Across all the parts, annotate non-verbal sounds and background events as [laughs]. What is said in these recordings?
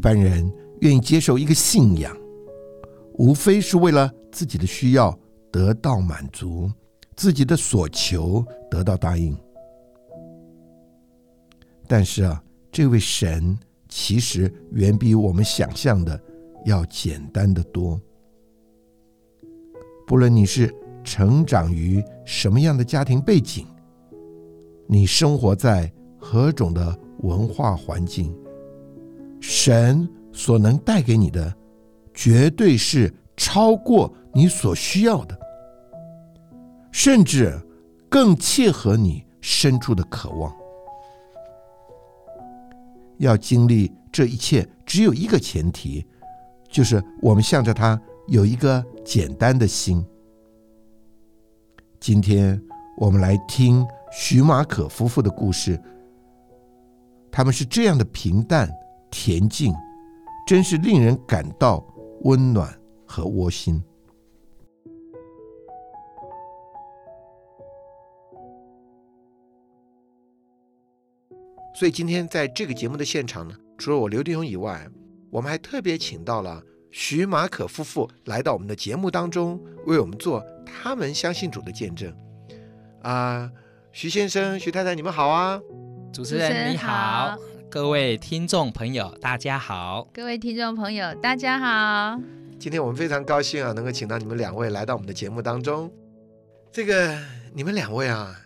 般人愿意接受一个信仰，无非是为了自己的需要得到满足，自己的所求得到答应。但是啊，这位神其实远比我们想象的要简单的多。不论你是成长于什么样的家庭背景，你生活在何种的文化环境，神所能带给你的，绝对是超过你所需要的，甚至更切合你深处的渴望。要经历这一切，只有一个前提，就是我们向着他有一个简单的心。今天我们来听徐马可夫妇的故事，他们是这样的平淡恬静，真是令人感到温暖和窝心。所以今天在这个节目的现场呢，除了我刘定勇以外，我们还特别请到了徐马可夫妇来到我们的节目当中，为我们做他们相信主的见证。啊、徐先生、徐太太，你们好啊！主持持人人你你好好，各位听众朋友大家好。各位听众朋友，大家好。今天我们非常高兴啊，能够请到你们两位来到我们的节目当中。这个你们两位啊，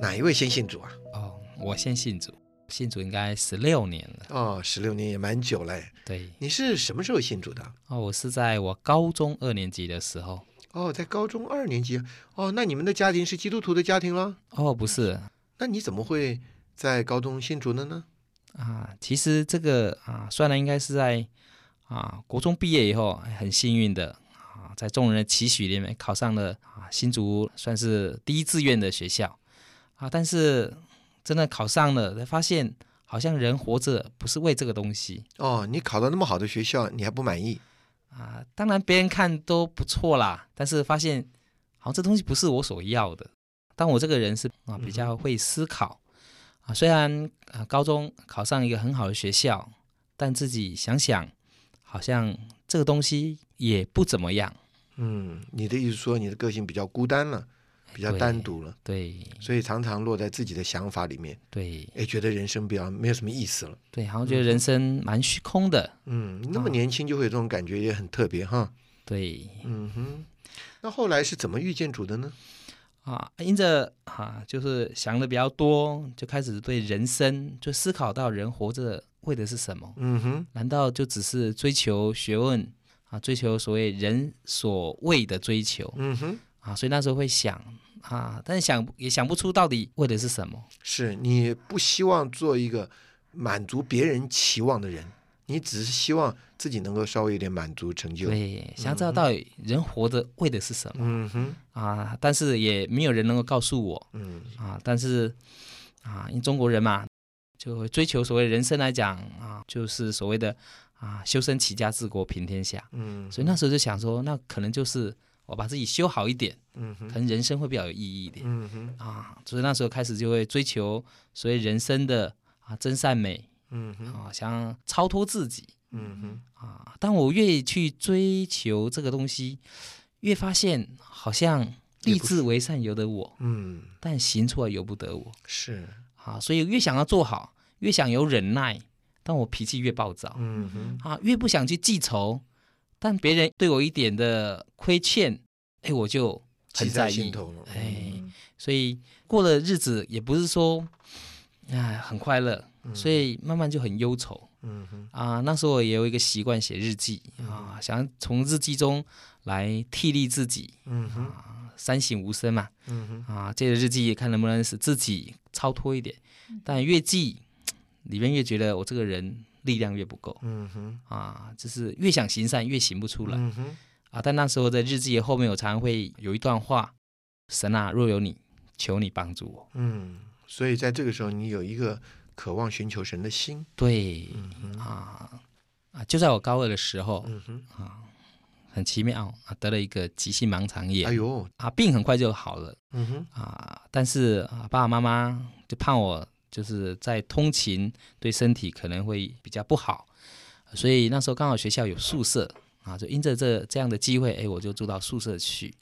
哪一位先信主啊？哦，我先信主，信主应该十六年了。哦，十六年也蛮久嘞。对，你是什么时候信主的？哦，我是在我高中二年级的时候。哦，在高中二年级。哦，那你们的家庭是基督徒的家庭了？哦，不是那你怎么会在高中信主的呢？啊，其实这个啊，虽然应该是在啊国中毕业以后，哎很幸运的啊，在众人的期许里面考上了啊新竹算是第一志愿的学校啊，但是真的考上了，才发现好像人活着不是为这个东西。哦，你考到那么好的学校，你还不满意？啊，当然别人看都不错啦，但是发现好像这东西不是我所要的。但我这个人是啊比较会思考啊，虽然啊高中考上一个很好的学校，但自己想想，好像这个东西也不怎么样。嗯，你的意思说你的个性比较孤单了，比较对单独了，对所以常常落在自己的想法里面，对哎，觉得人生比较没有什么意思了。对，好像觉得人生蛮虚空的。嗯，那么啊年轻就会有这种感觉，也很特别哈。对嗯哼，那后来是怎么遇见主的呢？啊，因着啊就是想的比较多，就开始对人生就思考到人活着为的是什么。嗯哼，难道就只是追求学问啊，追求所谓人所谓的追求嗯哼，啊？所以那时候会想啊，但是想也想不出到底为的是什么。是你不希望做一个满足别人期望的人，你只是希望自己能够稍微有点满足成就。对，想知道到底人活着为的是什么嗯哼，啊？但是也没有人能够告诉我嗯，啊。但是啊，因为中国人嘛，就会追求所谓人生来讲啊，就是所谓的啊，修身齐家治国平天下。嗯，所以那时候就想说，那可能就是我把自己修好一点，嗯哼可，能人生会比较有意义一点。嗯哼，啊，所以那时候开始就会追求所谓人生的啊真善美嗯哼，啊，想超脱自己嗯哼，啊。当我越去追求这个东西，越发现好像也立不志为善由得我，嗯，但行错由不得我是，啊。所以越想要做好，越想有忍耐，但我脾气越暴躁嗯哼，啊，越不想去记仇，但别人对我一点的亏欠，哎，我就很记在在意心。头了。哎嗯，所以过的日子也不是说，哎，很快乐，嗯所以慢慢就很忧愁嗯哼，啊。那时候也有一个习惯写日记嗯啊，想要从日记中来替励自己，嗯哼，啊三省吾身嘛嗯哼，啊。借着日记看能不能使自己超脱一点，嗯但越记里面越觉得我这个人力量越不够嗯哼，啊，就是越想行善越行不出来。嗯哼，啊，但那时候的日记后面，我常常会有一段话：“神啊，若有你，求你帮助我。嗯，所以在这个时候，你有一个渴望寻求神的心。对”嗯哼，啊啊，就在我高二的时候，嗯哼，很奇妙啊，得了一个急性盲肠哎炎呦，啊，病很快就好了嗯哼，啊，但是啊，爸爸妈妈就怕我就是在通勤对身体可能会比较不好，所以那时候刚好学校有宿舍啊，就因着这这样的机会，哎，我就住到宿舍去。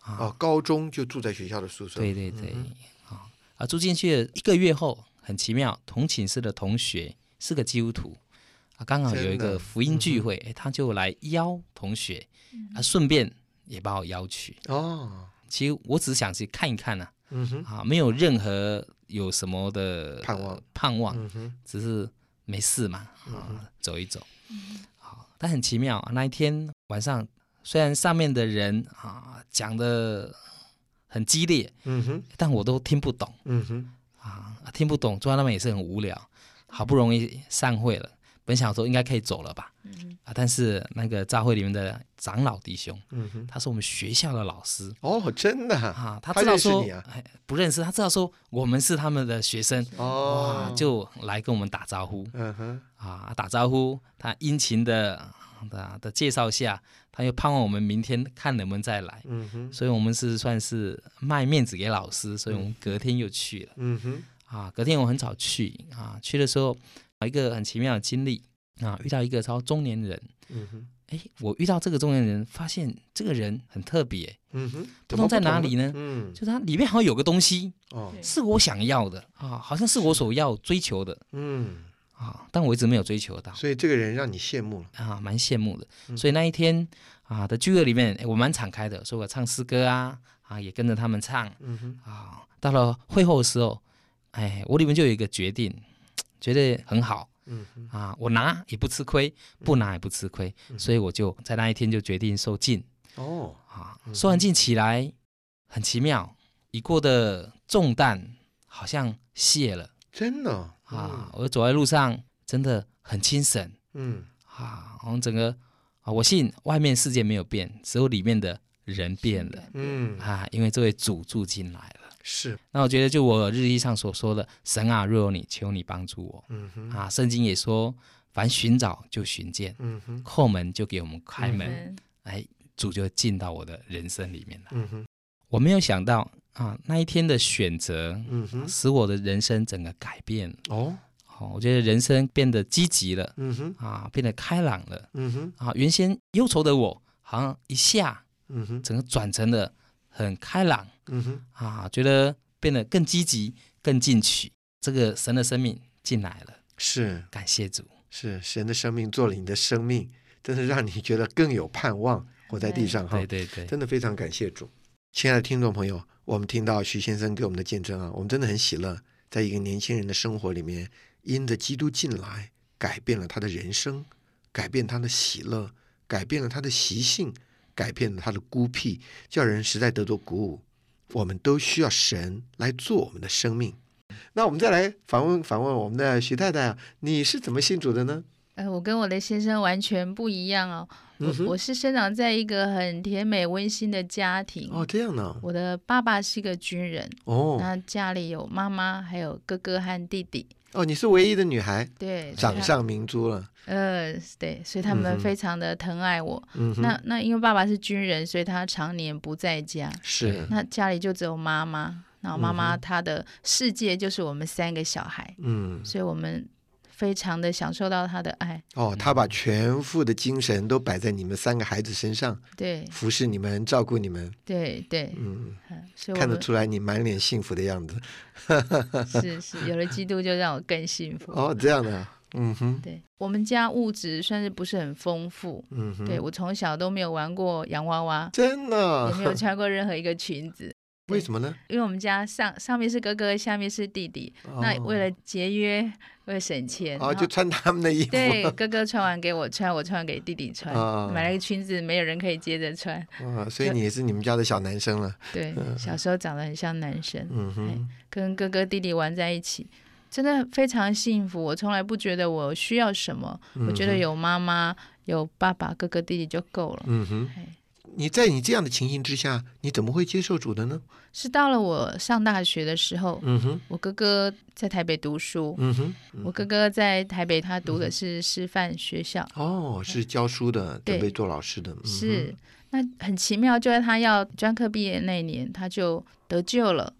啊，哦，高中就住在学校的宿舍，对对对，啊啊，住进去了一个月后，很奇妙，同寝室的同学是个基督徒啊，刚好有一真个的嗯福音聚会，哎，他就来邀同学，啊，顺便也把我邀去。哦，其实我只想去看一看呐、嗯哼，啊，没有任何有什么的盼望呃盼望，嗯哼，只是没事嘛，啊，走一走。嗯好，但很奇妙，啊那一天晚上虽然上面的人啊讲的很激烈，嗯哼，但我都听不懂嗯哼，啊，听不懂，坐在那边也是很无聊。好不容易散会了，本想说应该可以走了吧，啊，但是那个教会里面的长老弟兄，嗯哼，他是我们学校的老师，哦，真的啊，啊，他他知道认识说你啊哎不认识，他知道说我们是他们的学生，哦哇，，就来跟我们打招呼嗯哼，啊，打招呼，他殷勤的的的介绍下，他又盼望我们明天看能不能再来，嗯哼，所以我们是算是卖面子给老师，所以我们隔天又去了嗯哼，啊，隔天我很早去啊，去的时候啊有一个很奇妙的经历啊，遇到一个超中年人，嗯哼，哎，我遇到这个中年人，发现这个人很特别，嗯哼，不同在哪里呢？嗯，就是他里面好像有个东西，哦，是我想要的啊，好像是我所要追求的嗯，啊，但我一直没有追求到所以这个人让你羡慕了，啊，蛮羡慕的。嗯所以那一天啊的聚会里面，诶我蛮敞开的，所以我唱诗歌啊啊，也跟着他们唱嗯哼，啊。到了会后的时候，哎，我里面就有一个决定，觉得很好嗯哼，啊，我拿也不吃亏，不拿也不吃亏，嗯所以我就在那一天就决定受禁哦，啊。嗯受完禁起来，很奇妙，已过的重担好像卸了。真的哦啊，，我走在路上真的很精神嗯啊，好像整个啊，我信外面世界没有变，只有里面的人变了嗯嗯，啊，因为这位主住进来了。是，那我觉得就我日记上所说的，神啊，若有你，求你帮助我嗯哼，啊。圣经也说，凡寻找就寻见，嗯哼，叩门就给我们开门，嗯哎，主就进到我的人生里面了。嗯哼，我没有想到啊，那一天的选择，嗯哼，使我的人生整个改变了。哦，哦，我觉得人生变得积极了。嗯哼，啊，变得开朗了嗯哼，啊。原先忧愁的我，好像一下嗯哼，整个转成了很开朗嗯哼，啊，觉得变得更积极、更进取。这个神的生命进来了，是感谢主。是，神的生命做了你的生命，真的让你觉得更有盼望，活在地对上哈对。对对，真的非常感谢主。亲爱的听众朋友，我们听到徐先生给我们的见证啊，我们真的很喜乐，在一个年轻人的生活里面，因着基督进来，改变了他的人生，改变他的喜乐，改变了他的习性，改变了他的孤僻，叫人实在得到鼓舞。我们都需要神来做我们的生命。那我们再来访问访问我们的徐太太啊，你是怎么信主的呢？呃，我跟我的先生完全不一样哦，我嗯哼我是生长在一个很甜美温馨的家庭。哦，这样呢？我的爸爸是一个军人，哦那家里有妈妈，还有哥哥和弟弟。哦，你是唯一的女孩，对，所以掌他上明珠了。呃，对，所以他嗯们哼非常的疼爱我。嗯哼，那那因为爸爸是军人，所以他常年不在家，是，那家里就只有妈妈。然后妈嗯妈嗯哼她的世界就是我们三个小孩，嗯，所以我们非常的享受到她的爱。哦，他把全副的精神都摆在你们三个孩子身上，对服侍你们，照顾你们。对对，嗯，嗯所以我看得们出来你满脸幸福的样子。是是有了基督就让我更幸福。哦，这样的啊，嗯哼，对我们家物质算是不是很丰富，嗯哼，对我从小都没有玩过洋 [laughs] 娃娃，真的也没有啊，穿过任何一个裙子，为什么呢？因为我们家上上面是哥哥，下面是弟弟， [laughs] 那哦为了节约，为了省钱，哦，然就后穿他们的衣服。 [laughs] 对哥哥穿完给我穿，我穿完给弟弟穿，啊买了个裙子，没有人可以接着穿。哦，所以你也是你们家的小男生了。 [laughs] 对，小时候长得很像男生，嗯哼，跟哥哥弟弟玩在一起，真的非常幸福。我从来不觉得我需要什么，嗯我觉得有妈妈、有爸爸、哥哥弟弟就够了。嗯哼，哎你在你这样的情形之下，你怎么会接受主的呢？是到了我上大学的时候，嗯哼，我哥哥在台北读书，嗯哼，我哥哥在台北，他读的是师范学校，哦，是教书的，对准备做老师的。嗯哼是。那很奇妙，就在他要专科毕业那一年，他就得救了。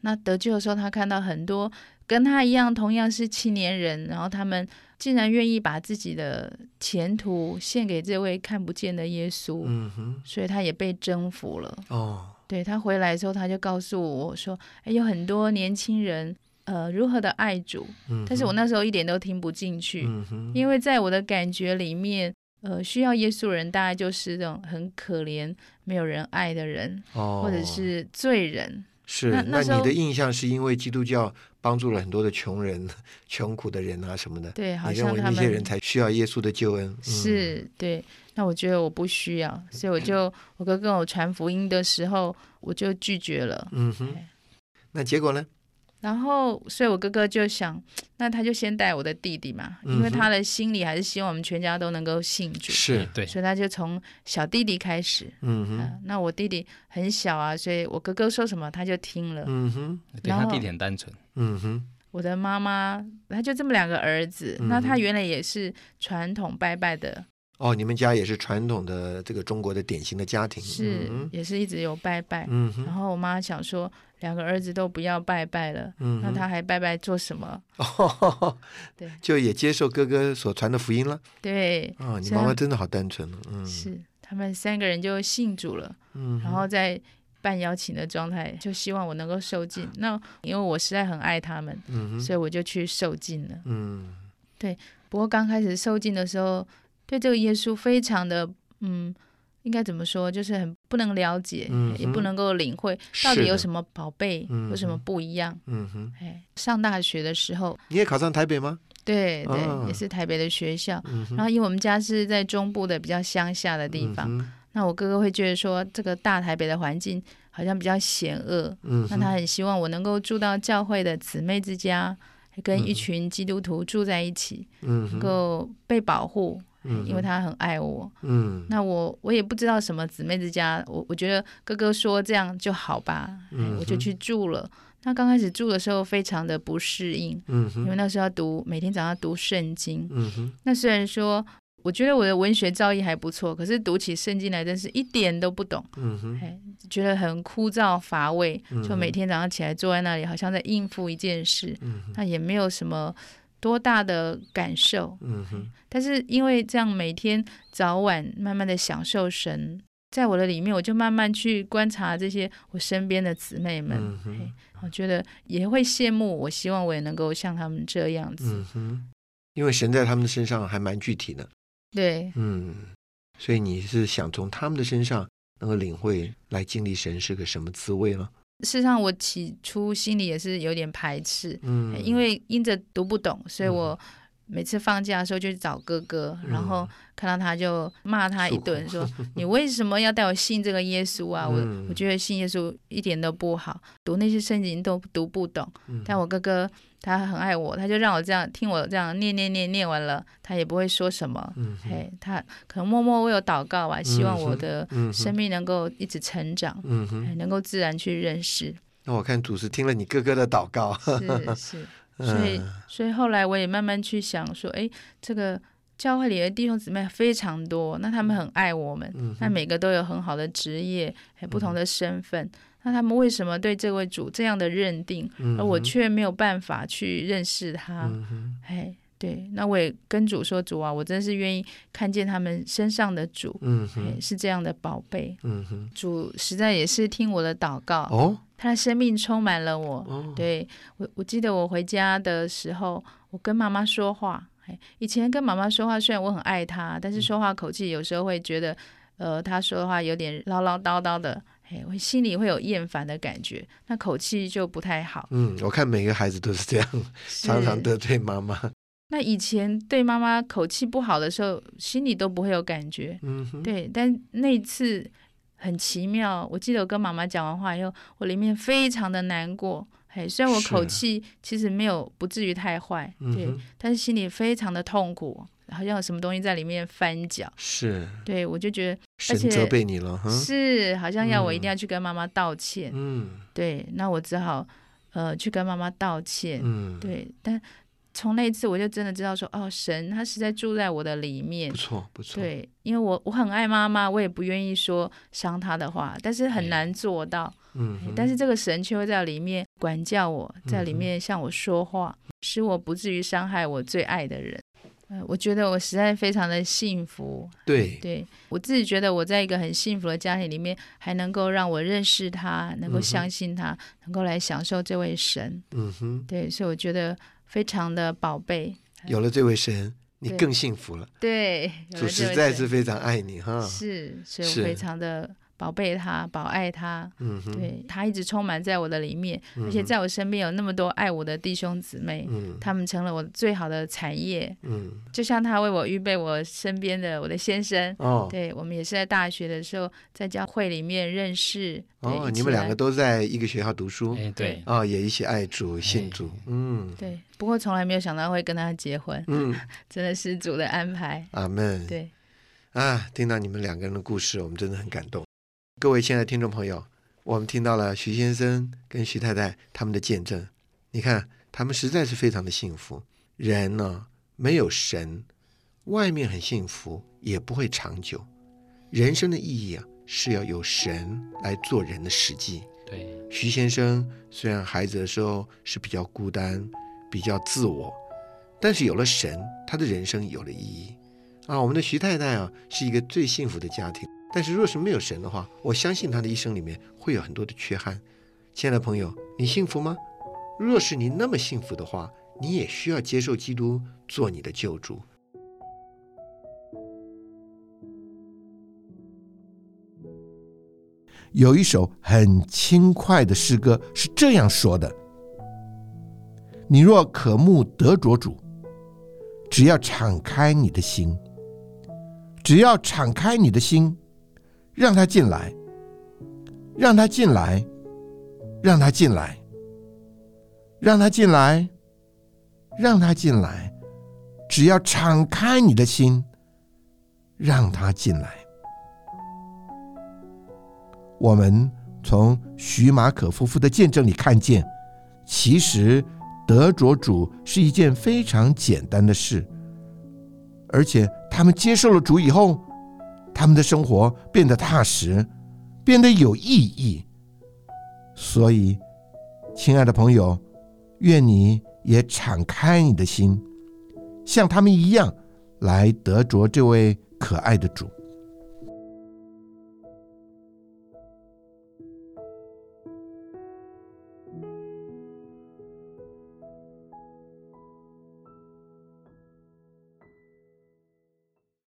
那得救的时候，他看到很多跟他一样，同样是青年人，然后他们竟然愿意把自己的前途献给这位看不见的耶稣，嗯哼，所以他也被征服了。哦，对他回来之后，他就告诉我说：“哎，有很多年轻人，呃，如何的爱主。”嗯哼，但是我那时候一点都听不进去，嗯哼，因为在我的感觉里面，呃，需要耶稣的人大概就是那种很可怜、没有人爱的人，哦，或者是罪人。是那那时你候的印象是因为基督教帮助了很多的穷人、 [laughs] 穷苦的人啊什么的，对，好你认像为他那些人们才需要耶稣的救恩？嗯、是对。那我觉得我不需要，[clears throat] 所以我就我哥跟我传福音的时候，我就拒绝了。嗯哼，那结果呢？然后，所以我哥哥就想，那他就先带我的弟弟嘛，因为嗯哼他的心里还是希望我们全家都能够信主，是，对，所以他就从小弟弟开始。嗯啊哼，那我弟弟很小啊，所以我哥哥说什么他就听了。嗯哼，对然他后弟弟很单纯，嗯哼，我的妈妈，她就这么两个儿子，嗯那她原来也是传统拜拜的，哦，你们家也是传统的这个中国的典型的家庭，是、嗯哼也是一直有拜拜。嗯然哼，后我妈想说，两个儿子都不要拜拜了，嗯那哼他还拜拜做什么？ [laughs] 哦，对就也接受哥哥所传的福音了。对，啊、你虽然妈妈真的好单纯哦嗯，，是他们三个人就信主了，嗯哼，然后在半邀请的状态，就希望我能够受尽。那因为我实在很爱他们，啊嗯哼，所以我就去受尽了。嗯，不过刚开始受尽的时候，对这个耶稣非常的嗯，应该怎么说，就是很不能了解，嗯也不能够领会是到底有的什么宝贝，嗯有什么哼不一样。嗯哼，哎，上大学的时候，你也考上台北吗？对对，啊也是台北的学校。嗯哼，然后，因为我们家是在中部的比较乡下的地方，嗯哼，那我哥哥会觉得说，这个大台北的环境好像比较险恶，嗯那哼，他很希望我能够住到教会的姊妹之家，跟一嗯群基督徒住在一起，嗯能哼，够被保护，嗯因哼，为他很爱我。嗯，那我我也不知道什么姊妹之家，我我觉得哥哥说这样就好吧，哎嗯哼我就去住了。那刚开始住的时候非常的不适应，嗯因为哼，那时候要读每天早上读圣经。嗯哼，那虽然说我觉得我的文学造诣还不错，可是读起圣经来真是一点都不懂，嗯哼，哎，觉得很枯燥乏味嗯，哼就每天早上起来坐在那里，好像在应付一件事，嗯哼，那也没有什么多大的感受。嗯哼，但是因为这样每天早晚慢慢的享受神，在我的里面，我就慢慢去观察这些我身边的姊妹们，嗯哼嘿我觉得也会羡慕，我希望我也能够像他们这样子。嗯哼，因为神在他们的身上还蛮具体的，对，嗯，所以你是想从他们的身上能够领会来经历神是个什么滋味了？事实上我起初心里也是有点排斥，嗯，因为因着读不懂，所以嗯我。每次放假的时候就去找哥哥，嗯然后看到他就骂他一顿，诉 [laughs] 说你为什么要带我信这个耶稣啊？嗯我我觉得信耶稣一点都不好，读那些圣经都读不懂。嗯但我哥哥他很爱我，他就让我这样听我这样念念念念完了，他也不会说什么。嗯哼嘿，他可能默默为我祷告吧，希望我哼的嗯生哼，命能够一直成长，嗯哼哎，，能够自然去 [laughs] 认识。那我看主持听了你哥哥的祷告，是是，所以嗯所以后来我也慢慢去想说，哎，这个教会里的弟兄姊妹非常多，那他们很爱我们，嗯那哼，嗯每个都有很好的职业，还不同的身份，那他们为什么对这位主这样的认定？而我嗯哼，却没有办法去认识他。嗯哼，哎，对，那我也跟主说，主啊，我真是愿意看见他们身上的主，嗯哎，哼，是这样的宝贝。嗯哼，主实在也是听我的祷告，哦，他的生命充满了我。哦，对我，我记得我回家的时候，我跟妈妈说话。哎，以前跟妈妈说话，虽然我很爱她，但嗯是说话口气有时候会觉得，呃，她说的话有点唠唠叨叨的，哎，我心里会有厌烦的感觉，那口气就不太好。嗯，我看每个孩子都是这样， [laughs] 常常是得罪妈妈。那以前对妈妈口气不好的时候，心里都不会有感觉。嗯哼，对，但那一次很奇妙，我记得我跟妈妈讲完话以后，我里面非常的难过。嘿，虽然我是口气其实没有不至于太坏，嗯对，哼，但是心里非常的痛苦，好像有什么东西在里面翻搅。是对我就觉得、神且责备你了哈。是，好像要我一定嗯要去跟妈妈道歉。嗯对，那我只好呃去跟妈妈道歉。嗯，，对，但从那一次我就真的知道说，哦，神他实在住在我的里面不。错不错。，对，因为我我很爱妈妈，我也不愿意说伤她的话，但是很哎难做到。嗯哎哼，嗯但是这个神却会在里面管教我，在里面向我说话，使我不至于伤害我最爱的人。呃，我觉得我实在非常的幸福，对，对我自己觉得我在一个很幸福的家庭里面，还能够让我认识他，能够嗯哼相信他，能够来享受这位神。嗯哼，对，所以我觉得非常的宝贝。有了这位神，你对更幸福了。对，有主了这实位在神是非常爱你哈。是，所以嗯是我非常的宝贝他，宝爱他。嗯哼，对他一直充满在我的里面，嗯哼，而且在我身边有那么多爱我的弟兄姊妹，嗯他们成了我最好的产业。嗯就像他为我预备我身边的我的先生，哦对我们也是在大学的时候在教会里面认识。对哦，一起你们两来个都在一个学校读书哎，对对，啊，也一起爱主信主，嗯对，不过从来没有想到会跟他结婚，嗯， [laughs] 真的是主的安排。阿门。对，啊，听到你们两个人的故事，我们真的很感动。各位亲爱的听众朋友，我们听到了徐先生跟徐太太他们的见证，你看他们实在是非常的幸福。人呢、没有神，外面很幸福也不会长久。人生的意义啊，是要有神来做人的实际。对，徐先生虽然孩子的时候是比较孤单、比较自我，但是有了神，他的人生有了意义。啊，我们的徐太太啊，是一个最幸福的家庭。但是若是没有神的话，我相信她的一生里面会有很多的缺憾。亲爱的朋友，你幸福吗？若是你那么幸福的话，你也需要接受基督做你的救主。有一首很轻快的诗歌是这样说的：“你若渴慕得着主，只要敞开你的心，只要敞开你的心，让他进来，让他进来，让他进来，让他进来，让他进来，只要敞开你的心，让他进来。”我们从徐马可夫妇的见证里看见，其实得着主是一件非常简单的事，而且他们接受了主以后，他们的生活变得踏实，变得有意义。所以，亲爱的朋友，愿你也敞开你的心，像他们一样来得着这位可爱的主。